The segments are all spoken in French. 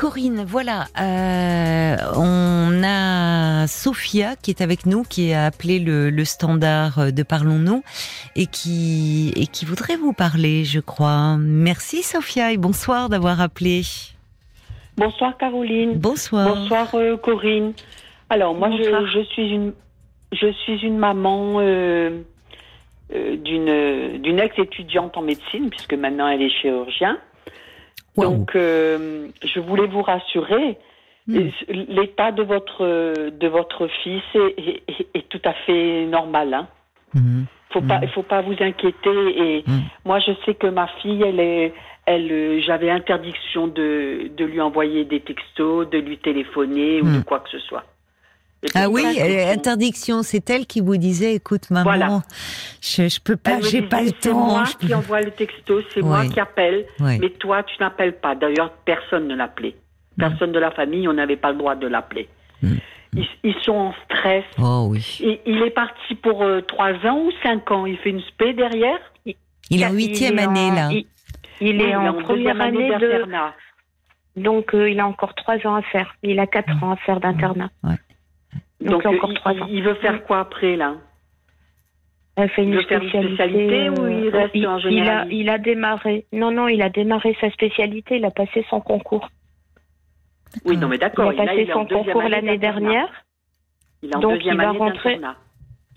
Corinne, voilà. euh, on a Sophia qui est avec nous, qui a appelé le, le standard de Parlons-nous et qui, et qui voudrait vous parler, je crois. Merci Sophia et bonsoir d'avoir appelé. Bonsoir Caroline. Bonsoir. Bonsoir euh, Corinne. Alors moi Bonsoir. je, je suis une je suis une maman euh, euh, d'une d'une ex-étudiante en médecine puisque maintenant elle est chirurgien. Waouh. Donc euh, je voulais vous rassurer. Hmm. L'état de votre de votre fils est, est- est- est tout à fait normal. Hein. Mhm. Faut pas, faut pas vous inquiéter. Et Mm. moi, je sais que ma fille, elle est, elle, euh, j'avais interdiction de, de lui envoyer des textos, de lui téléphoner ou Mm. de quoi que ce soit. Et Ah donc, oui, elle- euh, interdiction, c'est elle qui vous disait, écoute maman, Voilà. je, je peux elle pas, me Ah, j'ai disait, pas le C'est temps. moi je peux- qui envoie le texto, c'est moi Ouais. qui appelle. Ouais. Mais toi, tu n'appelles pas. D'ailleurs, personne ne l'appelait. Personne de la famille, on n'avait pas le droit de l'appeler. Mm. Ils, ils sont en stress. Oh oui. Il, il est parti pour euh, trois ans ou cinq ans. Il fait une spé derrière. Il est en huitième année en- là. Il, il Oui, est en, deuxième première année, de, d'internat. donc euh, il a encore trois ans à faire. Il a quatre Mmh. ans à faire d'internat. Ouais. Donc, il a euh, encore il- trois il- ans. Il veut faire quoi après, là Elle fait il une veut faire une spécialité spécialité. euh, ou il reste il, en il a, généraliste il a démarré. Non, non, il a démarré sa spécialité. Il a passé son concours. Oui, non, mais Euh, Il d'accord. a il- là, passé il est en son deuxième concours année l'année d'internat. dernière. Il est en donc deuxième il va année rentrer- d'internat.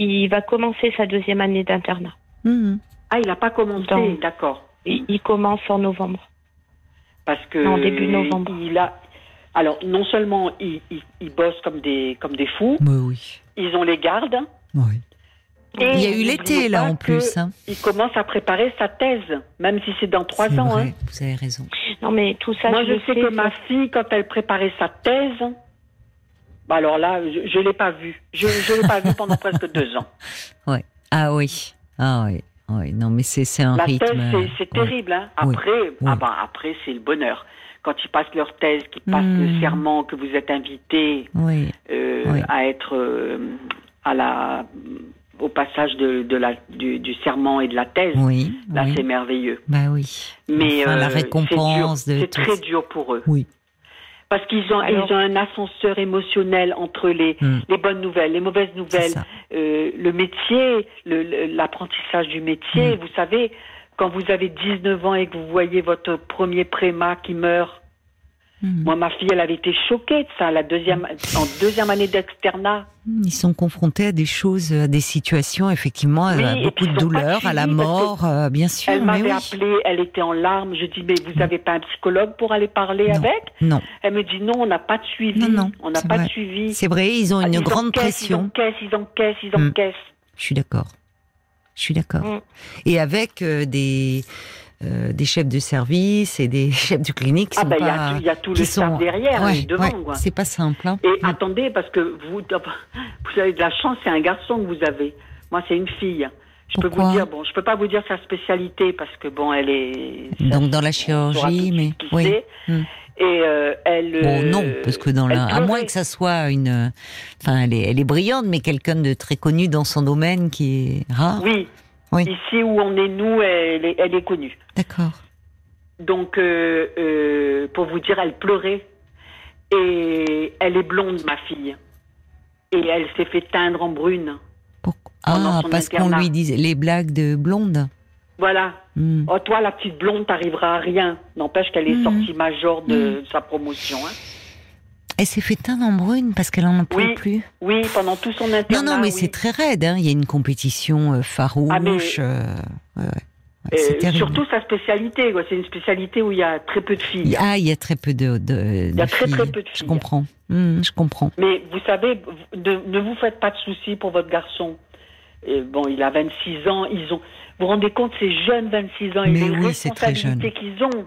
Il va commencer sa deuxième année d'internat. Mhm. Ah, il n'a pas commencé, Donc- d'accord. Il, il commence en novembre. Parce que. Non, début novembre. Il a. Alors, non seulement ils, ils, ils bossent comme des, comme des fous, Mais oui. ils ont les gardes. oui. Et Il y a eu n'oubliez l'été là pas en que plus. Hein. Il commence à préparer sa thèse, même si c'est dans trois C'est ans. vrai, hein. Vous avez raison. Non, mais tout ça, Moi, je, je, le euh, sais que ma fille, quand elle préparait sa thèse, bah alors là, je ne l'ai pas vue. Je ne l'ai pas vue pendant presque deux ans. Ah oui. Ah oui. Ah oui. Non mais c'est c'est un La rythme. thèse, euh, c'est- c'est ouais. terrible. Hein. Après, ah ben, après c'est le bonheur. Quand ils passent leur thèse, qu'ils passent Hmm. le serment, que vous êtes invité Oui. euh, Oui. à être euh, à la, au passage de, de la, du, du serment et de la thèse, Oui. là, oui. c'est merveilleux. Bah oui. Mais Enfin, la euh, c'est dur. récompense de c'est tout très ça. dur pour eux. Oui. Parce qu'ils ont, Alors- ils ont un ascenseur émotionnel entre les, Hmm. les bonnes nouvelles, les mauvaises C'est nouvelles, ça. euh, le métier, le- le- l'apprentissage du Hmm. métier. Vous savez, quand vous avez 19 ans et que vous voyez votre premier préma qui meurt, Mhm. moi, ma fille, elle avait été choquée de ça, la deuxième, en deuxième année d'externat. Mhm. Ils sont confrontés à des choses, à des situations effectivement, Oui, à et beaucoup puis ils de sont pas douleur, à la suivis parce que mort, euh, bien sûr. Elle mais oui. Hmm. m'avait appelée, elle était en larmes. Je dis, mais vous n'avez pas un psychologue pour aller parler Non. avec Non, Elle me dit, non, on n'a pas de suivi. Non, non, on n'a c'est pas vrai. de suivi. c'est vrai, ils ont Ah, une ils grande encaissent, pression. Ils encaissent, ils encaissent, ils Mm. encaissent. Je suis d'accord. Je suis d'accord. Mm. Et avec euh, des, euh, des chefs de service et des chefs de clinique qui Ah sont ben, il y a pas... tout- il y, a tout qui le staff sont- derrière, Ouais, les devant, ouais, quoi. c'est pas simple. hein. Et Mm. attendez, parce que vous, vous avez de la chance, c'est un garçon que vous avez. Moi, c'est une fille. Je peux Pourquoi vous dire, bon, je peux pas vous dire sa spécialité parce que bon, elle est. Donc dans la on saura tout de chirurgie, suite mais qui oui. c'est. Mm. Et euh, elle. Bon, euh, non, parce que dans la... elle à moins pleurait. que ça soit une, euh, enfin, elle est, elle est brillante, mais quelqu'un de très connu dans son domaine qui est rare. Oui. Oui. Ici où on est nous, elle est, elle est connue. D'accord. Donc euh, euh, pour vous dire, elle pleurait et elle est blonde, ma fille. Et elle s'est fait teindre en brune. Pourquoi Pendant Ah, Oh, son parce qu'on internat. lui disait les blagues de blonde. Voilà. Hmm. Oh, toi, la petite blonde, t'arriveras à rien. N'empêche qu'elle est Mhm. sortie major de sa promotion. hein. Elle s'est fait teindre en brune parce qu'elle en a Oui. plus. Oui, pendant tout son Non, internat. non, mais oui. c'est très raide. hein. Il y a une compétition euh, farouche. Ah, mais- euh, ouais, ouais. Ouais, Euh, c'est terrible. surtout sa spécialité. quoi. C'est une spécialité où il y a très peu de Il y filles. a- Ah, il y a très peu de, de- Il y a de très, filles. très peu de Je filles. comprends. Hmm, je comprends. Mais vous savez, vous- ne, ne vous faites pas de soucis pour votre garçon. Et bon, il a 26 ans. Ils ont. Vous vous rendez compte, ces jeunes 26 ans, Mais ils ont les oui, c'est très jeune. responsabilités qu'ils ont.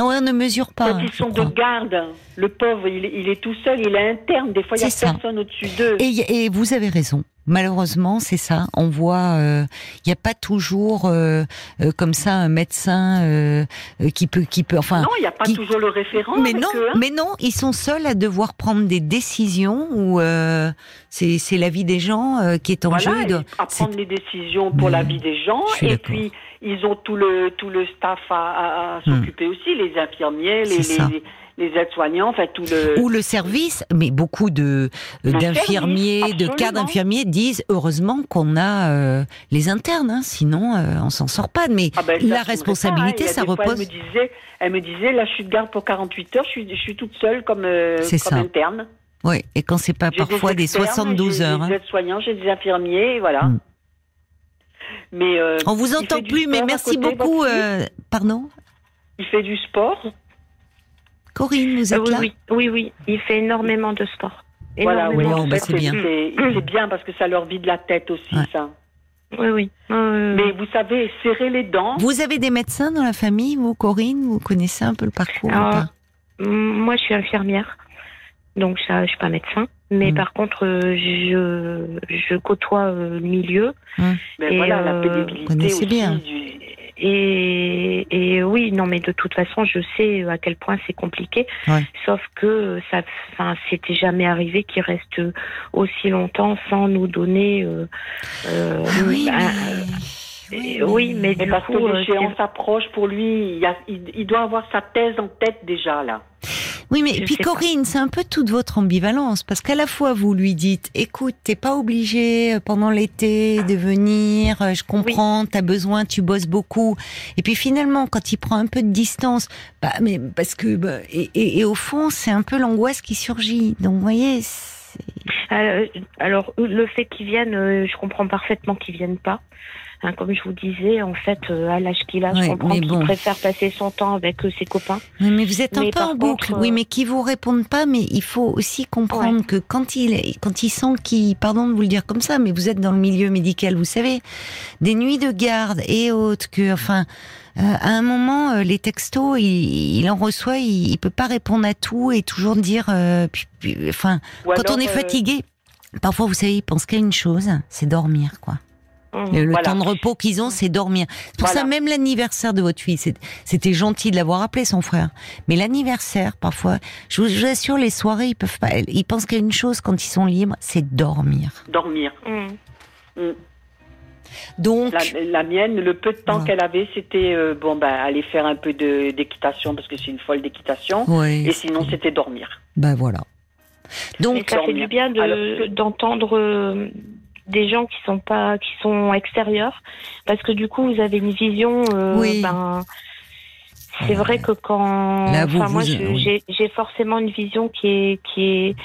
Ah ouais, on ne mesure pas. Quand ils je sont crois. de garde, le pauvre, il, est- il est tout seul, il est interne. Des fois, il n'y a C'est ça. personne au-dessus d'eux. Et, y- et vous avez raison. Malheureusement, c'est ça. On voit, il n'y a pas toujours euh, euh, comme ça un médecin euh, euh, qui peut, qui peut. Enfin, Non, il n'y a pas qui- toujours le référent. Mais avec non, eux, hein. mais non, ils sont seuls à devoir prendre des décisions où euh, c'est c'est la vie des gens euh, qui est en Voilà, jeu. de- et à c'est- prendre les décisions pour Mais la vie des gens. je suis Et d'accord. puis, ils ont tout le, tout le staff à, à- à Hmm. s'occuper aussi, les infirmiers, les, C'est ça. les, les aides-soignants, enfin tout le. Ou le service, mais beaucoup de euh, Le d'infirmiers, service, de cadres absolument. infirmiers disent heureusement qu'on a euh, les internes, hein, sinon euh, on s'en sort pas. Mais Ah ben, ça, la je me responsabilité, répare, hein. Il y a ça des fois, repose. elle, me disait, elle me disait, là, je suis de garde pour 48 heures, je suis, je suis toute seule comme, euh, C'est ça. comme interne. Oui, et quand c'est pas J'ai parfois des externes, 72 j'ai heures. hein. J'ai des soignants, j'ai des infirmiers, et voilà. Mm. Mais euh, On vous Il entend fait du plus, mais sport à merci côté, beaucoup. votre fille euh, pardon, il fait du sport. Corinne, vous êtes Euh, oui, là. oui, oui, oui, il fait énormément de sport. Voilà, Énormément. Bon, en bah, fait, c'est bien. C'est c'est bien parce que ça leur vide la tête aussi, Ouais. ça. Oui, oui. Euh, Mais vous savez, serrer les dents. Vous avez des médecins dans la famille, vous, Corinne Vous connaissez un peu le parcours ou Ah. pas m- moi, je suis infirmière, donc ça, je suis pas médecin. Mais Mm. par contre, euh, je, je côtoie euh, le milieu. Mais Et, ben voilà, euh, la pénibilité connaissez aussi bien. du- Et, et oui, non, mais de toute façon, je sais à quel point c'est compliqué. Ouais. Sauf que ça, enfin, c'était jamais arrivé qu'il reste aussi longtemps sans nous donner. euh, euh, Ah oui, un- mais- euh, oui, mais Et du parce coup, que euh, l'échéance approche pour lui, il, y a- il- il doit avoir sa thèse en tête déjà là. Oui, mais Je puis sais pas. Corinne, c'est un peu toute votre ambivalence, parce qu'à la fois vous lui dites, écoute, t'es pas obligé euh, pendant l'été de venir, euh, je comprends, t'as besoin, tu bosses beaucoup, et puis finalement quand il prend un peu de distance, bah mais parce que bah, et, et- et au fond c'est un peu l'angoisse qui surgit. Donc vous voyez, c'est- Euh, Alors, le fait qu'ils viennent, euh, je comprends parfaitement qu'ils viennent pas. Hein, comme je vous disais, en fait, euh, à l'âge qu'il a, Ouais, je comprends mais qu'il bon. préfère passer son temps avec euh, ses copains. Oui, mais vous êtes un Mais peu par en boucle, contre, oui, euh, mais qui vous répondent pas, mais il faut aussi comprendre que quand il, quand il sent qu'il, pardon de vous le dire comme ça, mais vous êtes dans le milieu médical, vous savez, des nuits de garde et autres, que, enfin, euh, à un moment, euh, les textos, il, il en reçoit, il, il peut pas répondre à tout et toujours dire, euh, puis- puis- enfin, Ou quand alors, on est euh, fatigué, parfois, vous savez, ils pensent qu'à une chose, c'est dormir, quoi. Hum. Le, le Voilà. temps de repos qu'ils ont, c'est dormir. C'est pour Voilà. ça, même l'anniversaire de votre fille, c'est- c'était gentil de l'avoir appelé son frère. Mais l'anniversaire, parfois, je vous, je vous assure, les soirées, ils peuvent pas. Ils pensent qu'il y a une chose quand ils sont libres, c'est dormir. dormir. Hum. Mm. Donc, La, la mienne, le peu de temps Ouais. qu'elle avait, c'était euh, bon ben aller faire un peu de- d'équitation parce que c'est une folle d'équitation. ouais, Et sinon, c'était dormir. bah voilà. Mais Donc, ça fait dormir. du bien de- Alors- d'entendre euh, des gens qui sont pas, qui sont extérieurs, parce que du coup, vous avez une vision. euh, Oui. ben, c'est vrai que quand, Là, vous- enfin, moi, vous- je- oui. j'ai j'ai forcément une vision qui est, qui est,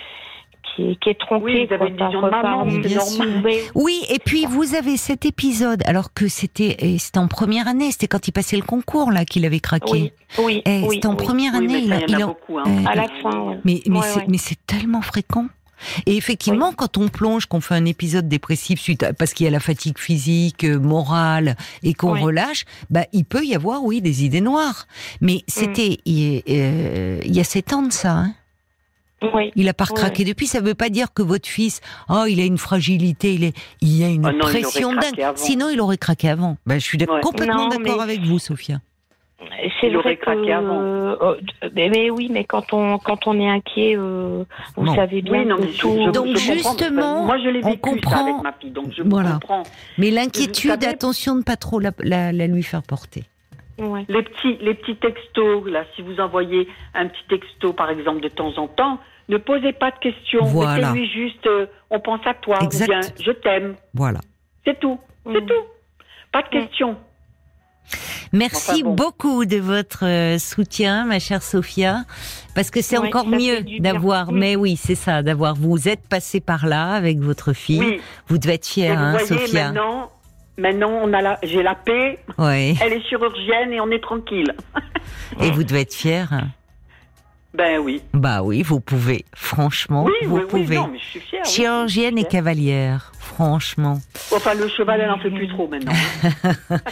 qui est, qui est tronquée. Oui, vous avez quoi, une par- vision de par- maman, c'est Bien normal. sûr. Mais- oui, et puis vous avez cet épisode, alors que c'était et c'était en première année, c'était quand il passait le concours là qu'il avait craqué. Oui, oui, Eh, oui, c'était en oui. première Oui, année, mais il, ça, a- il y en il a en- beaucoup. hein. euh, À la fin, ouais. Mais, mais Ouais, c'est ouais. mais c'est tellement fréquent. Et effectivement, quand on plonge, qu'on fait un épisode dépressif suite à- parce qu'il y a la fatigue physique, euh, morale, et qu'on Oui. relâche, bah, il peut y avoir, oui, des idées noires. Mm. Mais c'était il, euh, il y a sept ans de ça. hein. Oui. Il a pas Ouais. craqué depuis. Ça veut pas dire que votre fils, oh, il a une fragilité, il, est, il y a une Oh non, il aurait pression craqué dingue. avant. Sinon, il aurait craqué avant. Bah, je suis d'ac- Ouais. complètement Non, d'accord mais- avec vous, Sophia. C'est Il aurait vrai craqué que, avant. euh, mais, mais oui, mais quand on quand on est inquiet, euh, vous Bon. savez bien Oui, non, que mais je- tout. je- Donc, je comprends, parce que justement, moi je l'ai on vécu ça comprend- avec ma fille, donc je Voilà. comprends. Mais Vous l'inquiétude, savez- attention de pas trop la- la- la lui faire porter. Ouais. Les petits, les petits textos, là, si vous envoyez un petit texto, par exemple, de temps en temps, ne posez pas de questions. Voilà. Mettez-lui juste, euh, on pense à toi, Exact. ou bien, je t'aime. Voilà. C'est tout. C'est Mm. tout. Pas de Mm. questions. Merci Enfin, bon. beaucoup de votre euh, soutien, ma chère Sophia, parce que c'est Ouais, encore ça fait mieux du bien. d'avoir, Mm. mais oui, c'est ça, d'avoir, vous êtes passé par là avec votre fille. Oui. Vous devez être Et fière, hein, vous voyez, Sophia. maintenant, maintenant, on a la, j'ai la paix, Ouais. elle est chirurgienne et on est tranquille. Et vous devez être fière. Ben oui. Bah oui, vous pouvez. Franchement, Oui, vous oui, oui, pouvez. non, mais je suis fière. oui, Chirurgienne et je suis fière. cavalière. Franchement. Enfin, le cheval, elle en fait plus trop maintenant. elle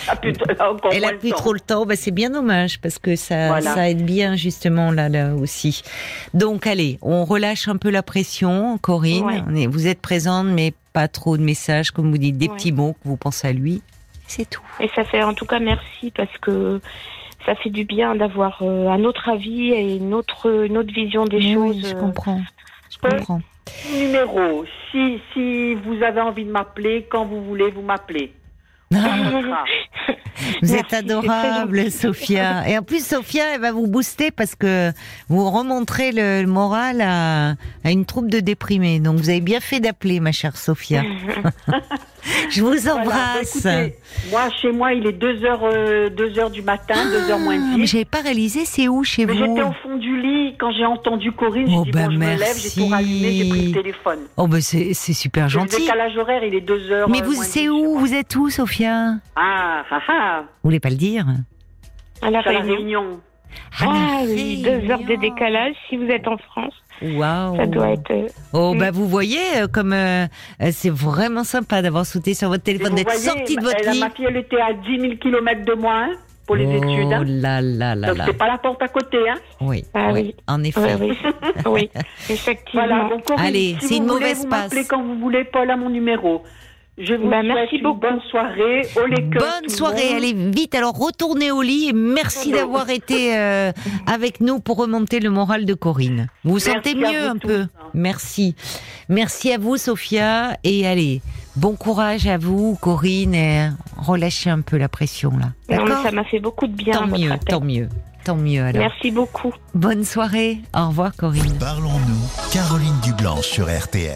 a plus, elle a encore Elle a moins le plus temps. trop le temps. Bah, c'est bien dommage parce que ça, Voilà. ça aide bien justement là, là aussi. Donc allez, on relâche un peu la pression, Corinne. Ouais. On est- vous êtes présente, mais pas trop de messages, comme vous dites, des Ouais. petits mots que vous pensez à lui. C'est tout. Et ça fait en tout cas merci parce que ça fait du bien d'avoir euh, un autre avis et une autre une autre vision des Mais oui, choses. je euh, comprends. Je Euh, comprends. Numéro, si, si vous avez envie de m'appeler, quand vous voulez, vous m'appelez. Ah, Ça sera. Vous Merci, êtes c'est très adorable, gentil. Sophia. Et en plus, Sophia, elle va vous booster parce que vous remontrez le, le moral à, à une troupe de déprimés. Donc, vous avez bien fait d'appeler, ma chère Sophia. Je vous Voilà, embrasse. bah, écoutez, moi, chez moi, il est 2h du matin, 2h moins Ah, 10. mais j'avais pas réalisé, c'est où chez Mais vous J'étais au fond du lit quand j'ai entendu Corinne. J'ai Oh, dit, ben, bon, je me lève, merci. j'ai tout rallumé, j'ai pris le téléphone. Oh, ben c'est c'est super Le gentil. décalage horaire, il est 2h. Mais vous, c'est où Vous êtes où, Sophia Ah, ah, ah, Vous voulez pas le dire À la c'est à la Réunion. Réunion. la Ah oui, deux heures de Réunion. décalage si vous êtes en France. Waouh. Ça doit être. euh, oh. Oh, Mm. bah vous voyez, euh, comme euh, euh, c'est vraiment sympa d'avoir sauté sur votre Et téléphone, vous d'être voyez, sorti de ma- elle votre a- lit. ma fille, elle était à 10 000 km de moi hein, pour les oh études. hein. là là là Donc, là. c'est pas la porte à côté. Hein. Oui, Ah oui, oui. en Oui, effet. oui. oui, effectivement. Voilà, bon, Corinne, Allez, si c'est vous une voulez, mauvaise vous passe. m'appelez quand vous voulez, Paul à mon numéro. Je vous Bah, souhaite merci une beaucoup. bonne soirée. Au les cœurs, tout Bonne le soirée, monde. allez vite. Alors retournez au lit et merci Bonjour. d'avoir été euh, avec nous pour remonter le moral de Corinne. Vous vous Merci sentez à mieux vous un tous. peu Merci. Merci à vous, Sophia. Et allez, bon courage à vous, Corinne. Et relâchez un peu la pression là. Non, mais D'accord ça m'a fait beaucoup de bien. Tant votre mieux, appel. tant mieux. Tant mieux alors. Merci beaucoup. Bonne soirée. Au revoir, Corinne. Parlons-nous, Caroline Dublanche sur RTL.